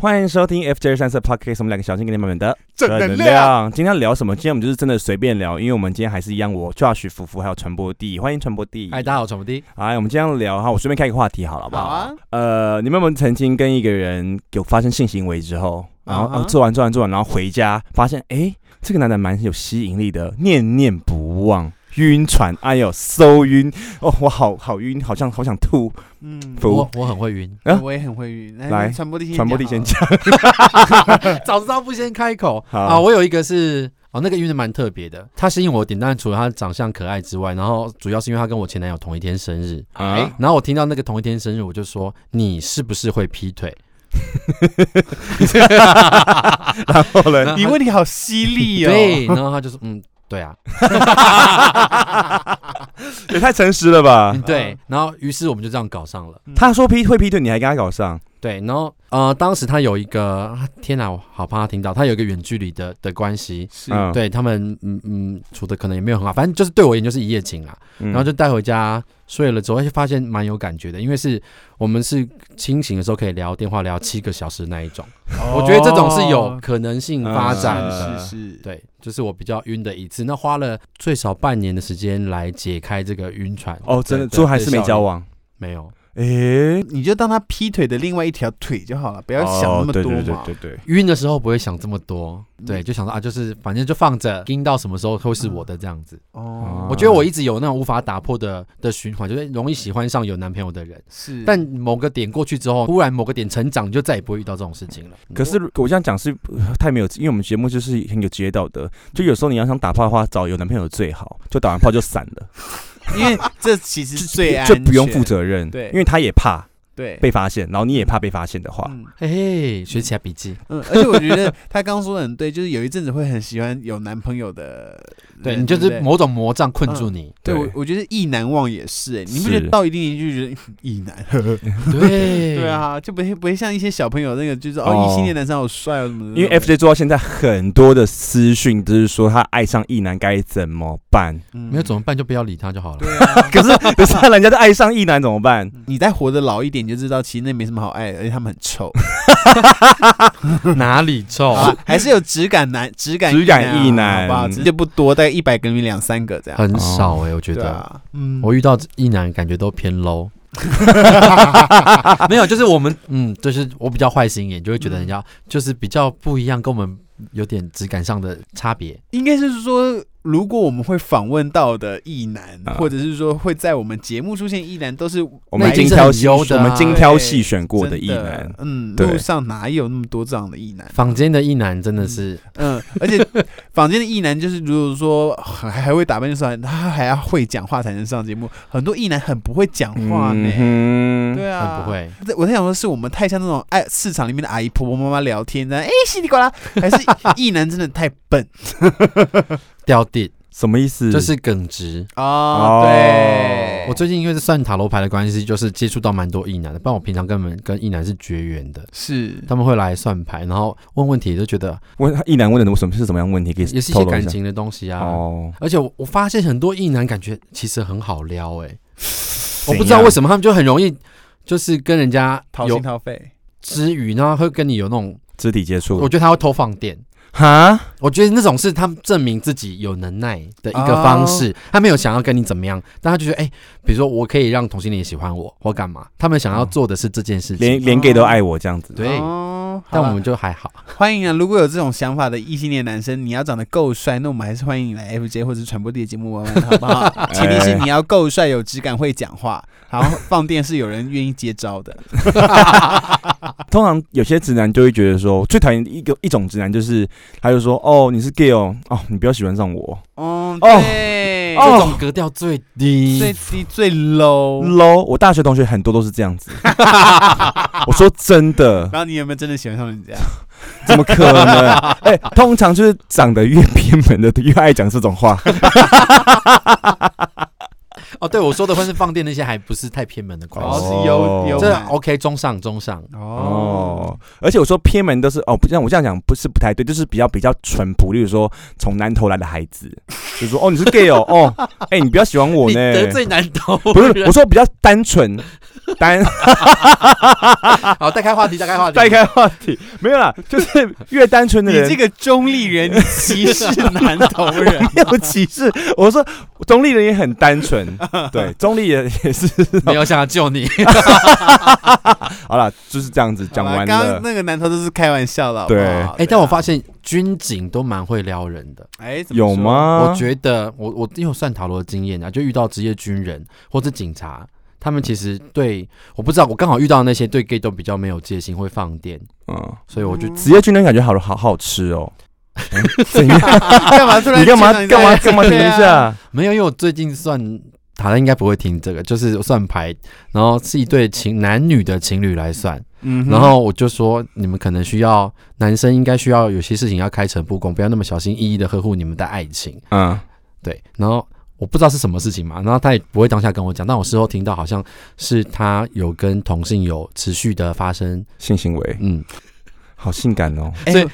欢迎收听 FJ 三色 Podcast，我们两个小心给你满满的正能量。。今天要聊什么？今天我们就是真的随便聊，因为我们今天还是一样，我 Josh、福福还有传播弟，欢迎传播弟。哎，大家好，传播弟。哎，我们今天要聊哈，我随便开一个话题好了，好不好？好啊呃，你们有没有曾经跟一个人有发生性行为之后，然后、啊哈哦做完做完做完，然后回家发现，哎、这个男的蛮有吸引力的，念念不忘。晕船，哎呦，馊晕哦！我好好晕，好像好想吐。嗯，哎福我我很会晕，啊我也很会晕。来传播力先传播力先讲啊讲，早知道不先开口好啊！我有一个是哦，那个晕的蛮特别的，他吸引我点，但除了他长相可爱之外，然后主要是因为他跟我前男友同一天生日，好了。啊哎，然后我听到那个同一天生日，我就说你是不是会劈腿？ 然后呢？你问题好犀哎利哦。对，然后他就说嗯，对啊，也太诚实了吧嗯！对，然后于是我们就这样搞上嗯了。他说劈会劈腿，你还跟他搞上？对，然后呃，当时他有一个啊天哪，我好怕他听到，他有一个远距离的的关系，是嗯对他们嗯嗯处的可能也没有很好，反正就是对我而言就是一夜情啦。然然后就带回家睡了之后，而且发现蛮有感觉的，因为是我们是清醒的时候可以聊电话聊七个小时那一种，我觉得这种是有可能性发展哦嗯的。哦是是是，对，就是我比较晕的一次，那花了最少半年的时间来解开这个晕船。哦，真的，最后还是没交，往。没有诶，你就当他劈腿的另外一条腿就好了，不不要想那么多哦对对嘛。对对对。晕的时候不会想这么多，对，嗯就想到啊，就是反正就放着，晕到什么时候会是我的这样子。嗯哦我觉得我一直有那种无法打破的的循环，就是容易喜欢上有男朋友的人。是，但某个点过去之后，突然某个点成长，你就再也不会遇到这种事情了。嗯可是我这样讲是呃太没有，因为我们节目就是很有职业道德，就有时候你要想打炮的话，找有男朋友最好，就打完炮就散 了，因为这其实就最安就全不用负。责任，对因为他也怕对，被发现，然后你也怕被发现的话，嗯嘿嘿，学起来笔记。嗯，而且我觉得他刚说的很对，就是有一阵子会很喜欢有男朋友的人，对对你就不是对某种魔障困住你。对对我，我觉得意难忘也是哎，你不觉是得到一定年纪就觉得嗯意难？对嗯 对，啊，就不会不会像一些小朋友那个，就是哦哦，异性恋男生好帅哦什么的。因为 FJ 做到现在很多的私讯都是说他爱上异男该怎么办，嗯没有怎么办就不要理他就好了。对啊，可是 可是人家都爱上异男怎么办？嗯你再活得老一点，你就知道其实那没什么好爱的，而且他们很臭，啊哪里臭好吧还是有质感男、质感、哦质感意意男好不好？直接不多，大概一百个里面两三个这样。很少哎，我觉对得啊，嗯我遇到一男感觉都 偏 low。没有，就是我们，嗯，就是我比较坏心眼，就会觉得人嗯家就是比较不一样，跟我们有点质感上的差别。应该是说，如果我们会访问到的意男，啊或者是说会在我们节目出现意男，都是我们那已精经是挑很细，优的我啊们精挑细选过真的异男，嗯，对路上哪有那么多这样的意男？房间的一男真的是，嗯，而且坊间的意男就是，如果说还还会打扮就算，他还要会讲话才能上节目。很多意男很不会讲话呢。嗯哼对啊，很不。会。我在想说，是我们太像那种爱市场里面的阿姨、婆婆、妈妈聊天，然后哎稀里呱啦，还是意男真的太笨 掉地什么意嗯思？就是耿直。哦，对，我最近因为是算塔罗牌的关系，就是接触到蛮多异男的，不然我平常根本跟异男是绝缘的。是他们会来算牌，然后问问题，就觉得问异男问的什么是什么样的问题？可以也是一透些露感下情的东西啊。哦，而且我我发现很多异男感觉其实很好撩哎、我不知道为什么他们就很容易，就是跟人家掏有心掏肺，之余，然后会跟你有那种，么肢体接我触觉得他会偷放电。哈，我觉得那种是他们证明自己有能耐的一个方式，他没有想要跟你怎么样，但他就觉得，哎、比如说我可以让同性恋喜欢我或干嘛，他们想要做的是这件事情。连连 gay 都爱我这样子。对，哦，好但啦我们就还好。欢迎啊！如果有这种想法的异性恋男生，你要长得够帅，那我们还是欢迎你来 FJ 或者是传播地的节目玩玩，好不 好？哎前提是你要够帅、有质感、会讲话，然后放电是有人愿意接招的。通常有些直男就会觉得说，最讨厌一个一种直男就是，他就说哦你是 gay 哦，哦你不要喜欢上我哦， 哦对，哦这种格调最低，最低最哦 low。 ，low。我大学同学很多都是这样子。 我说真的，然后你有没有真的喜欢上人家？怎么可能？ 哎、通常就是长得越偏门的越爱讲这种话。哦，对我说的会是放电那些，还不是太偏门的款哦，式，是优优这男 OK 中上中上。哦，哦，而且我说偏门都是哦，不像我这样讲不是不太对，就是比较比较淳朴，例如说从南头来的孩子，就说哦你是 gay 哦，哦，哎、你不要喜欢我你呢，得罪男头不是人我说比较单纯， 单 好，带开话题，带 开话题，带。开话题，没有啦，就是越单纯的你人，这个中立人，你歧视南投人。 没有歧视。我说中立人也很单纯，对，中立人也是。没有想要救你，好啦，就是这样子 讲好啦完刚刚了。那个南投都是开玩笑的，好不好对对啊。 哎，但我发现军警都蛮会撩人的。哎，怎么 有说？吗？我觉得我我因为我算塔罗的经验啊，就遇到职业军人或者警察，他们其实对我不知道，我刚好遇到那些对 gay 都比较没有戒心，会放电，嗯，所以我就、嗯职业军人感觉好好好吃哦。嗯怎样？ 干嘛突然你干嘛间让干嘛人家干嘛停对一啊下？没有，因为我最近算塔罗应该不会听这个，就是算牌，然后是一对情男女的情侣来算，嗯哼然后我就说你们可能需要男生应该需要有些事情要开诚布公，不要那么小心翼翼的呵护你们的爱情，嗯，对，然后。我不知道是什么事情嘛，然后他也不会当下跟我讲，但我事后听到好像是他有跟同性有持续的发生，性行为嗯，好性感哦。哎所以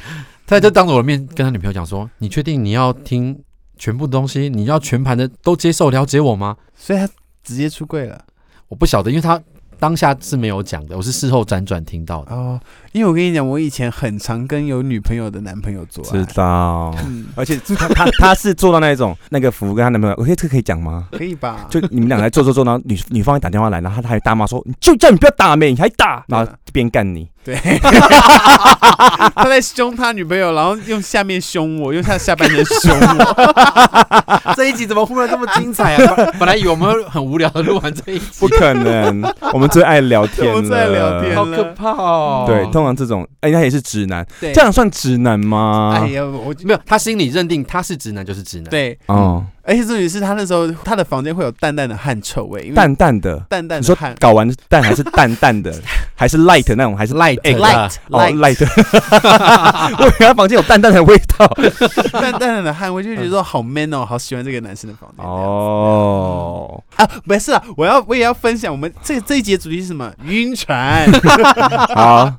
他就当着我的面跟他女朋友讲说：“你确定你要听全部东西，你要全盘的都接受了解我吗所以他直接出柜了？”我不晓得，因为他当下是没有讲的，我是事后辗转听到的。哦。因为我跟你讲，我以前很常跟有女朋友的男朋友做知爱，道， 嗯，而且她她她是做到那一种，那个服务跟她男朋友，我觉得这个可以讲吗？可以 吧？就你们俩在做做做，然后女女方还打电话来，然后她还大骂说：“你就叫你不要打妹，你还打！”啊然后边干你，对，他在凶他女朋友，然后用下面凶我，用他下半身凶我。 这一集怎么忽然这么精彩啊？ 本本来以为我们会很无聊的录完这一集不，可能，我们最爱聊天了，我们最爱聊天 好可怕哦！对，通常这种，哎，他也是直男， 对，这样算直男吗？哎哎呀，我就没有，他心里认定他是直男就是直男。，对，哦，而且重点是他那时候他的房间会有淡淡的汗臭味，因为淡淡的，淡淡你的说汗搞完淡还是淡淡 的，还是 light 那种，还是 light 哎 light 哦 light，我以 为他房间有淡淡的味道。 淡淡的汗味，就觉得说嗯好 man 哦，好喜欢这个男生的房间。哦哦，啊， 没事了，我要我也要分享我们这这一节主题是什 么？晕船。 好，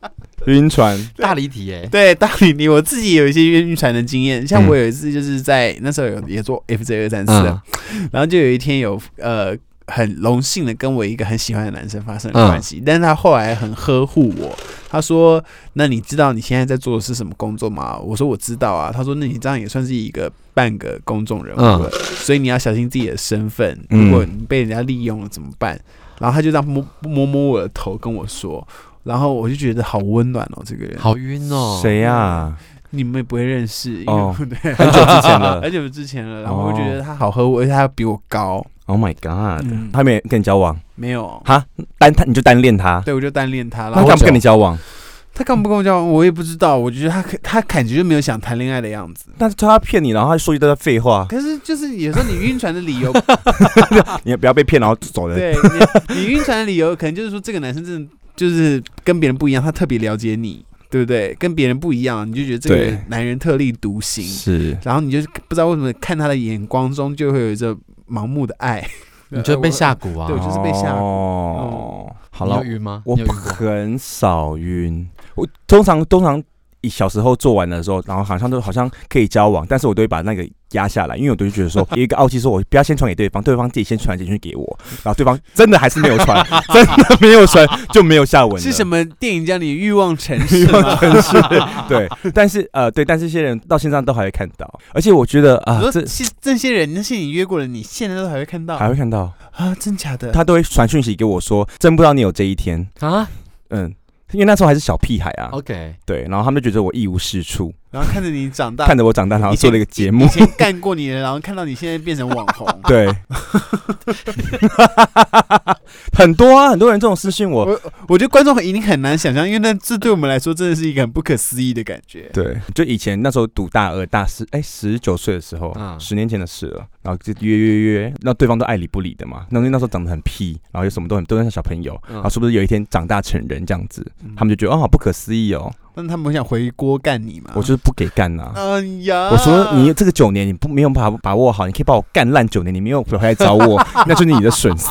晕船，大离题 哎、对，大理你我自己有一些晕船的经验，像嗯我有一次就是在那时候有也做 FJ 二三四的嗯，然后就有一天有呃很荣幸的跟我一个很喜欢的男生发生嗯了关系，但是他后来很呵护我，他说：“那你知道你现在在做的是什么工作吗？”我说：“我知道啊。”他说：“那你这样也算是一个半个公众人物了，所以你要小心自己的身份，嗯如果你被人家利用了怎么办？”然后他就这样摸摸摸我的头跟我说。然后我就觉得好温暖哦，这个人好晕哦。谁啊呀？你们也不会认识，因为、哦对，很久之前 哦的而且我之前了，然后我觉得他好喝我，而且他比我高， ，Oh my god，嗯他没跟你交往，没有，哈，单他你就单恋他，对我就单恋他，然他后干不跟你交往？他干不跟我交往，我也不知道，我觉得他可他感觉就没有想谈恋爱的样子，但是他骗你，然后他说一堆的废话， 可是就是有时候你晕船的理由，你也不要被骗，然后走人。 对你你晕船的理由可能就是说这个男生真的就是跟别人不一样，他特别了解你，对不对？跟别人不一样，你就觉得这对个男人特立独行，是，然后你就不知道为什么看他的眼光中就会有着盲目的 爱，你就被吓唬啊对？我就是被吓唬嗯哦，好了你，有晕吗？我你有晕过很少晕，我通常通常以小时候做完的时候，然后好像都好像可以交往，但是我都会把那个压下来，因为我都会觉得 说有一个傲气，说我不要先传给对方，对方自己先传简讯给我，然后对方真的还是没有传，真的没有传 就没有下文了。是什么电影叫你 欲望城市欲吗？望城市？对，但是呃，对，但是这些人到现在都还会看到，而且我觉得啊、 你这说是这些人，那些你约过的，你现在都还会看嗯到还会看到，啊？真假的？他都会传讯息给我说，真不知道你有这一天，啊嗯，因为那时候还是小屁孩啊， ？OK，对，然后他们就觉得我一无是处，然后看着你长大，看着我长大，然后以前做了一个节目。以，前干过你的，然后看到你现在变成网红 对，很多啊，很多人这种私信我，我我觉得观众一定很难想象，因为那这对我们来说真的是一个很不可思议的感觉。对，就以前那时候读大二、大四，哎，十九岁的时候，嗯十年前的事了，然后就约约约，那对方都爱理不理的嘛，那那时候长得很屁，然后又什么都很都像小朋友，嗯然后是不是有一天长大成人这样子，嗯他们就觉得哦，好不可思议哦，那他们想回锅干你吗？我就是不给干呐、哎呀，我说你这个九年你不没有把把握好，你可以把我干烂九年，你没有回来找我，那就是你的损失，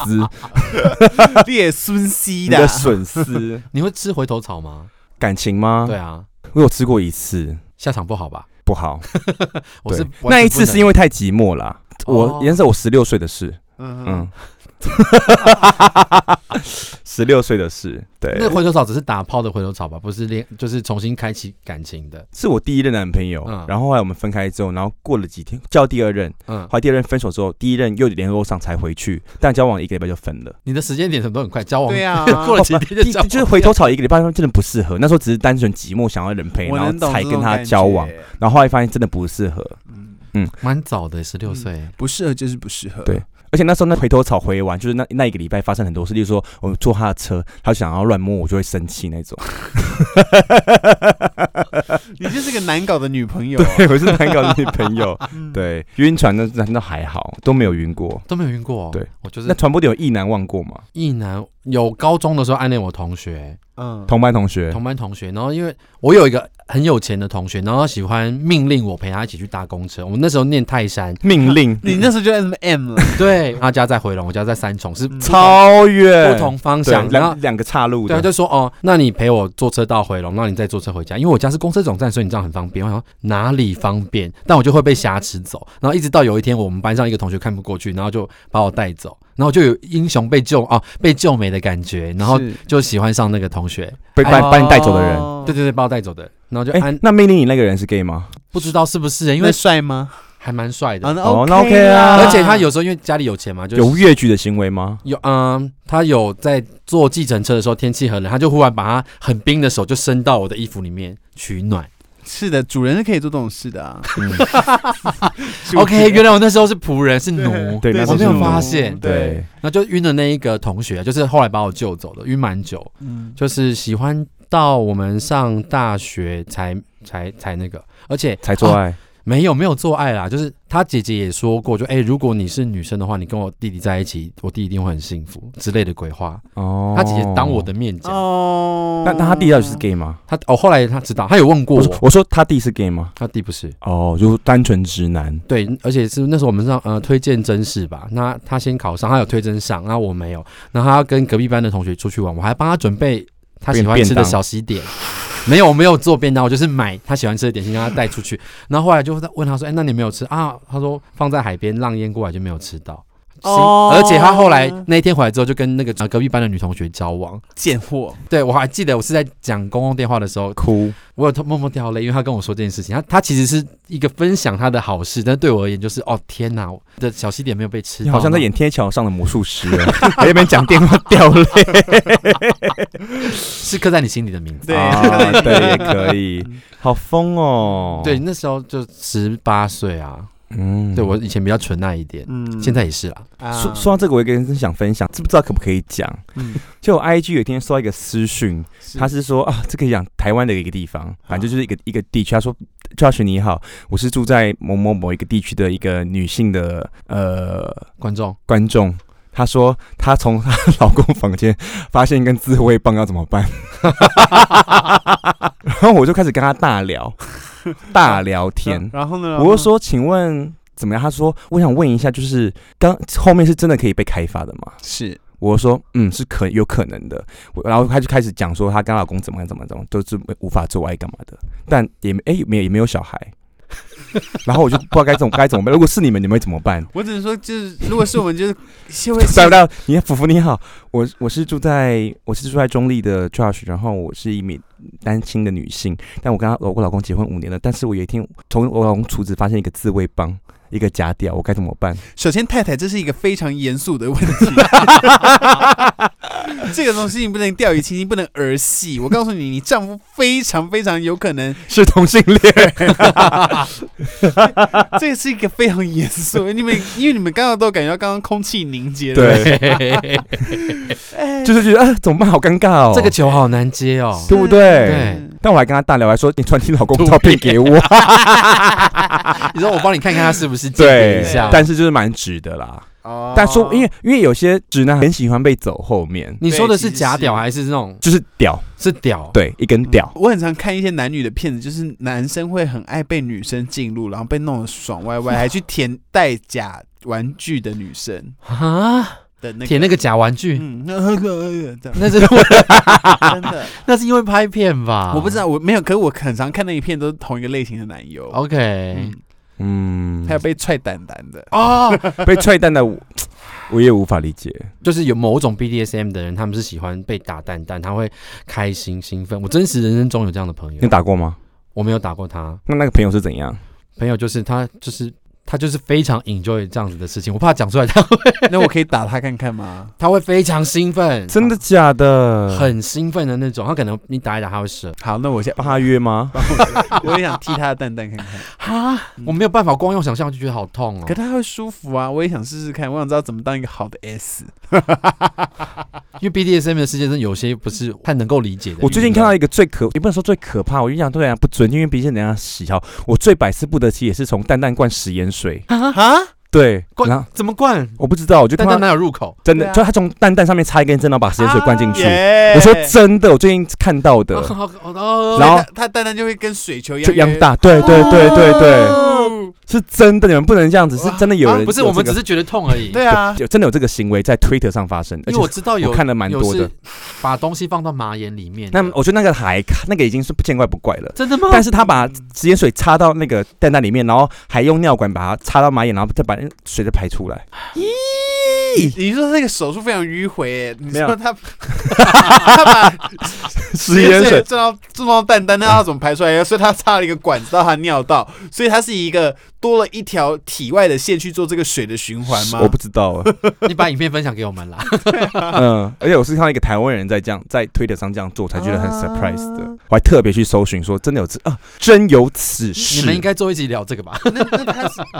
列孙西你的的，损失。你会吃回头草吗？感情吗？对，啊，我有吃过一次，下场不好吧？不好。我是 那一次是因为为太寂寞啦。哦我那时候我十六岁的事，嗯嗯 嗯，，十六岁的事，对，那个回头草只是打炮的回头草吧，不是恋，就是重新开启感情的。是我第一任男朋友。嗯然后后来我们分开之后，然后过了几天叫第二任，嗯，后来第二任分手之后，第一任又联络上才回去，但交往了一个礼拜就分 了。你的时间点什么都很快，交往 对啊，过了几天第就交往，就是回头草一个礼拜真的不适合，那时候只是单纯寂寞想要人陪，我然能后懂才这跟种他感交往觉，，然后后来发现真的不适合，嗯，蛮早的，十六岁。不适合就是不适合。对而且那时候那回头草回完，就是那那一个礼拜发生很多事，例如说我坐他的车，他想要乱摸我，就会生气那 种。你就是个难搞的女朋友啊。对，我是难搞的女朋 友。嗯，对，晕船那那那还好，都没有晕过。都没有晕过，哦对我就那是传播点有意难忘过吗？一男有高中的时候暗恋我同学，嗯，同班同学，，同班同学，然后因为我有一个很有钱的同学，然后他喜欢命令我陪他一起去搭公车。我们那时候念泰山命 令你那时候就 M M 了，对，他家在回龙，我家在三重，是不超远，不同方对向，然后两。两个岔路对，他的，就说哦，那你陪我坐车到回龙，那你再坐车回家，因为我家是公车总站，所以你这样很方便。我想说哪里方便，但我就会被挟持走。然后一直到有一天，我们班上一个同学看不过去，然后就把我带走，然后就有英雄被救啊、被救美的感觉，然后是就喜欢上那个同学。被把把你带走的人。哦对对对，把我带走的，然哎后就安、哎，那命令你那个人是 gay 吗？不知道是不是、因那为帅吗？还蛮帅的，啊，那哦 OK 那 OK 啊而且他有时候因为家里有钱嘛，就是有越剧的行为吗？有嗯，他有在坐计程车的时候天气很冷，他就忽然把他很冰的手就伸到我的衣服里面取暖。是的，主人是可以做这种事的啊。嗯 OK，原来我那时候是仆人，是奴。对那我是没有奴发现。对，对，那就晕的那一个同学，就是后来把我救走的，晕蛮久，嗯，就是喜欢到我们上大学才才才那个，而且才做啊爱。没有没有做爱啦，就是他姐姐也说过，就哎、如果你是女生的话，你跟我弟弟在一起，我弟一定会很幸福之类的鬼话。哦啊他姐姐当我的面讲，哦，那那他弟到底是 gay 吗？他哦后来他知道，他有问过我说我，我说他弟是 gay 吗？他弟不是。哦，就单纯直男。对，而且是那时候我们上呃推荐真试吧，那他先考上，他有推甄上，那我没有，然后他要跟隔壁班的同学出去玩，我还帮他准备他喜欢便吃便的当小西点，没有我没有做便当，我就是买他喜欢吃的点心让他带出去，然后后来就问他说，哎、那你没有吃啊？他说放在海边浪烟过来就没有吃到。哦而且他后来那一天回来之后，就跟那个呃隔壁班的女同学交往。贱货，对我还记得，我是在讲公共电话的时候，哭，我有偷默默掉泪，因为他跟我说这件事情。他他其实是一个分享他的好事，但对我而言就是哦天哪，我的小西点没有被吃你到，好像在演《天桥上的魔术师》欸，还在那边讲电话掉泪。是刻在你心里的名字。对啊， 对，也可以，好疯哦。对，，那时候就十八岁啊，嗯对我以前比较纯爱一点，嗯现在也是啦。啊说说到这个，我有一个人想分享，知不知道可不可以讲？嗯就我 IG 有一天收到一个私讯，他是是说啊，这个讲台湾的一个地方，反正就是一个一个地区。他说，Josh 你好，我是住在某某某一个地区的一个女性的呃观众，观众。她说她从她 老公房间发现一根自慰棒，要怎么办？ 然后我就开始跟她大聊，大聊天。然后呢？我就说，请问怎么样？他说，我想问一下，就是刚后面是真的可以被开发的吗？是我说，嗯，是可有可能的。我然后他就开始讲说，她跟她老公怎么样怎么样怎么样，都是无法做爱干嘛的，但也没哎、没有也没有小孩。然后我就不知道该怎么该怎么办。如果是你们，你们会怎么办？我只能说，就是如果是我们，就是 先会对不对？你福福你好，我我是住在我是住在中立的 Josh，然后我是一名单亲的女性，但我跟她我我老公结婚五年了，但是我有一天从我老公厨子发现一个自慰棒，一个假屌，我该怎么办？首先，太太，这是一个非常严肃的问 题。这个东西你不能掉以轻心，不能儿戏。我告诉你，你丈夫非常非常有可能，是同性恋， 这是一个非常严肃。你们因为你们刚刚都感觉到刚刚空气 凝结了，对，哎，就是觉得啊，怎么办？好尴尬哦，这个球好难接哦。对不对？对但我还跟他大聊，还说你传你老公照片给我，你说我帮你看看他是不是鉴别对一下？，但是就是蛮直的啦。哦但说因为因为有些直男很喜欢被走后面，你说的是对其实假屌是还是那种就是屌，是屌？对，一根屌。我很常看一些男女的片子，就是男生会很爱被女生进入，然后被弄得爽歪 歪，还去舔戴假玩具的女生啊，的那个舔那个假玩具，嗯， 这样那是 真 的，那是因为拍片吧？我不知道，我没有，可是我很常看那一片都是同一个类型的男优， OK，嗯，嗯还，有被踹蛋蛋的， 哦，被踹蛋的我我也无法理解。就是有某种 BDSM 的人，他们是喜欢被打蛋蛋，他会开心兴奋。我真实人生中有这样的朋你友，打过吗？我没有打过他，那那个朋友是怎样？朋友就是他就是他就是非常 enjoy 这样子的事情，我怕讲出来 他会那我可以打他看看吗？他会非常兴奋，真的假的？很兴奋的那种。他可能你打一打他会射，好，那 我先帮他约吗？我也想踢他的蛋蛋看看，哈，我没有办法，光用想象就觉得好痛可哦。他会舒服啊，我也想试试看，我想知道怎么当一个好的 S。因为 BDSM 的世界真的有些不是太能够理解的。我最近看到一个最可，也不能说最可怕，我就想对人家不尊敬，因为毕竟人家喜好。我最百思不得其解是从蛋蛋灌食盐水，啊，对，然灌后怎么灌？我不知道，我就看蛋到蛋哪有入口？真的，对啊就他从蛋蛋上面插一根针，然后把食盐水灌进去。耶我说真的，我最近看到的，啊 好哦然后他他蛋蛋就会跟水球一就样一样。大，对对对对对，哦是真的，你们不能这样子，是真的有人啊不是，我们只是是觉得痛而已。对啊，有真的有这个行为在推特上发生，而因且为我知道有我看了蛮多有的是。把东西放到马眼里面的。那我觉得那个还那个已经是不见怪不怪了。真的吗？但是他把食盐水插到那个蛋蛋里面，然后还用尿管把它插到马眼，然后再把那水再排出 来。咦，你说那个手术非常迂回耶，你没有说他他把食盐水撞到撞到蛋蛋，那他怎么排出来？所以他插了一个管子到他尿道，所以他是一个多了一条体外的线去做这个水的循环吗？我不知道 啊。你把影片分享给我 们啦。嗯，而且我是看到一个台湾人在这样在推特上这样做，我才觉得很啊 surprise 的。我还特别去搜寻说，真的有这啊，真有此事。你们应该做一集聊这个吧？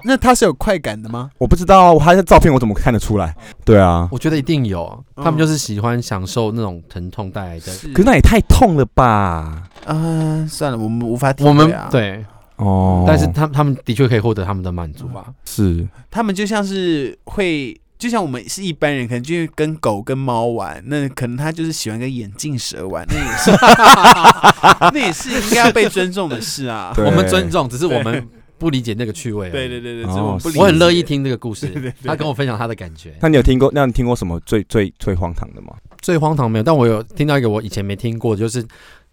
那他是有快感的吗？我不知道，我还有照片我怎么看得出哦来？对啊， 我觉得一定有，嗯他们就是喜欢享受那种疼痛带来的。可是那也太痛了吧？啊、算了，我们无法体会、啊。我们对，哦，但是他他们的确可以获得他们的满足吧？是他们就像是会，就像我们是一般人，可能就是跟狗跟猫玩，那可能他就是喜欢跟眼镜蛇玩，那 也是，那也是应该要被尊重的事啊。对我们尊重，只是我们不理解那个趣味。对对。对对，哦这是我们不理解我很乐意。听这个故事，对对他跟我分享他的感觉。那你有听过？那你听过什么最最最荒唐的吗？最荒唐没有，但我有听到一个我以前没听过，就是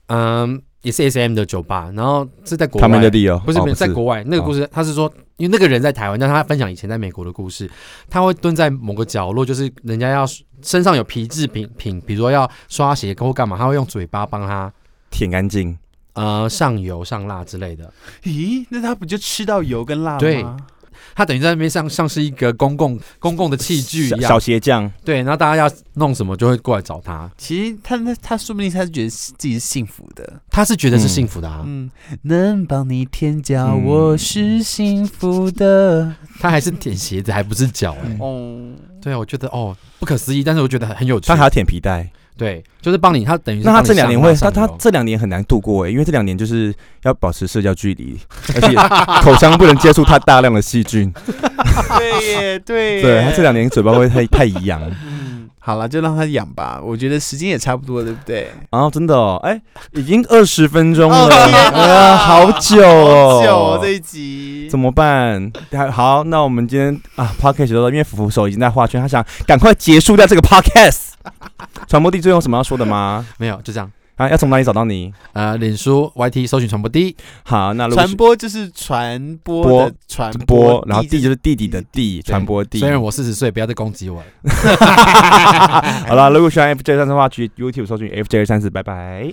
嗯，也是 S M 的酒吧，然后是在国他外，们的理由不是哦不是在国外那个故事，他是说，因为那个人在台湾，但他分享以前在美国的故事，他会蹲在某个角落，就是人家要身上有皮制品品，比如说要刷鞋或干嘛，他会用嘴巴帮他舔干净，呃上油上蜡之类的。咦，那他不就吃到油跟辣吗？对他等于在那边像像是一个公共公共的器具小一小嗯样，鞋匠对，然后大家要弄什么就会过来找他，其实他他他说不定他是觉得自己是幸福的，他是觉得是幸福的啊，嗯，能帮你添加嗯我是幸福的，他还是舔鞋子还不是脚嗯哎、哦，对，我觉得哦不可思议，但是我觉得很很有趣他。还要舔皮带。对，就是帮你，他等于是那他帮你这两年会，他上他上这两年很难度过哎、因为这两年就是要保持社交距 离，而且口腔不能接触他大量的细菌。对耶，对耶，对他这两年嘴巴会太太痒， 嗯，好了，就让他养吧。我觉得时间也差不多，对不对？然后真的哦，哎、已经二十分 钟了，哦天哪哎呀，好久好久哦哦，这一集，怎么办？还好，那我们今天啊 p o d c a s t 到这，因为福福手已经在画圈，他想赶快结束掉这个 podcast。传播地最后有什么要说的吗？没有就这样。啊，要从哪里找到你？呃，脸书 YT 搜寻传播 D，好，那如果传是播就是传播播的传播，然后地就就是弟弟的地，传播地。虽然我四十岁，不要再攻击我了。好了，如果喜欢 FJ 三四的话，去 YouTube 搜寻 FJ 三四，拜拜。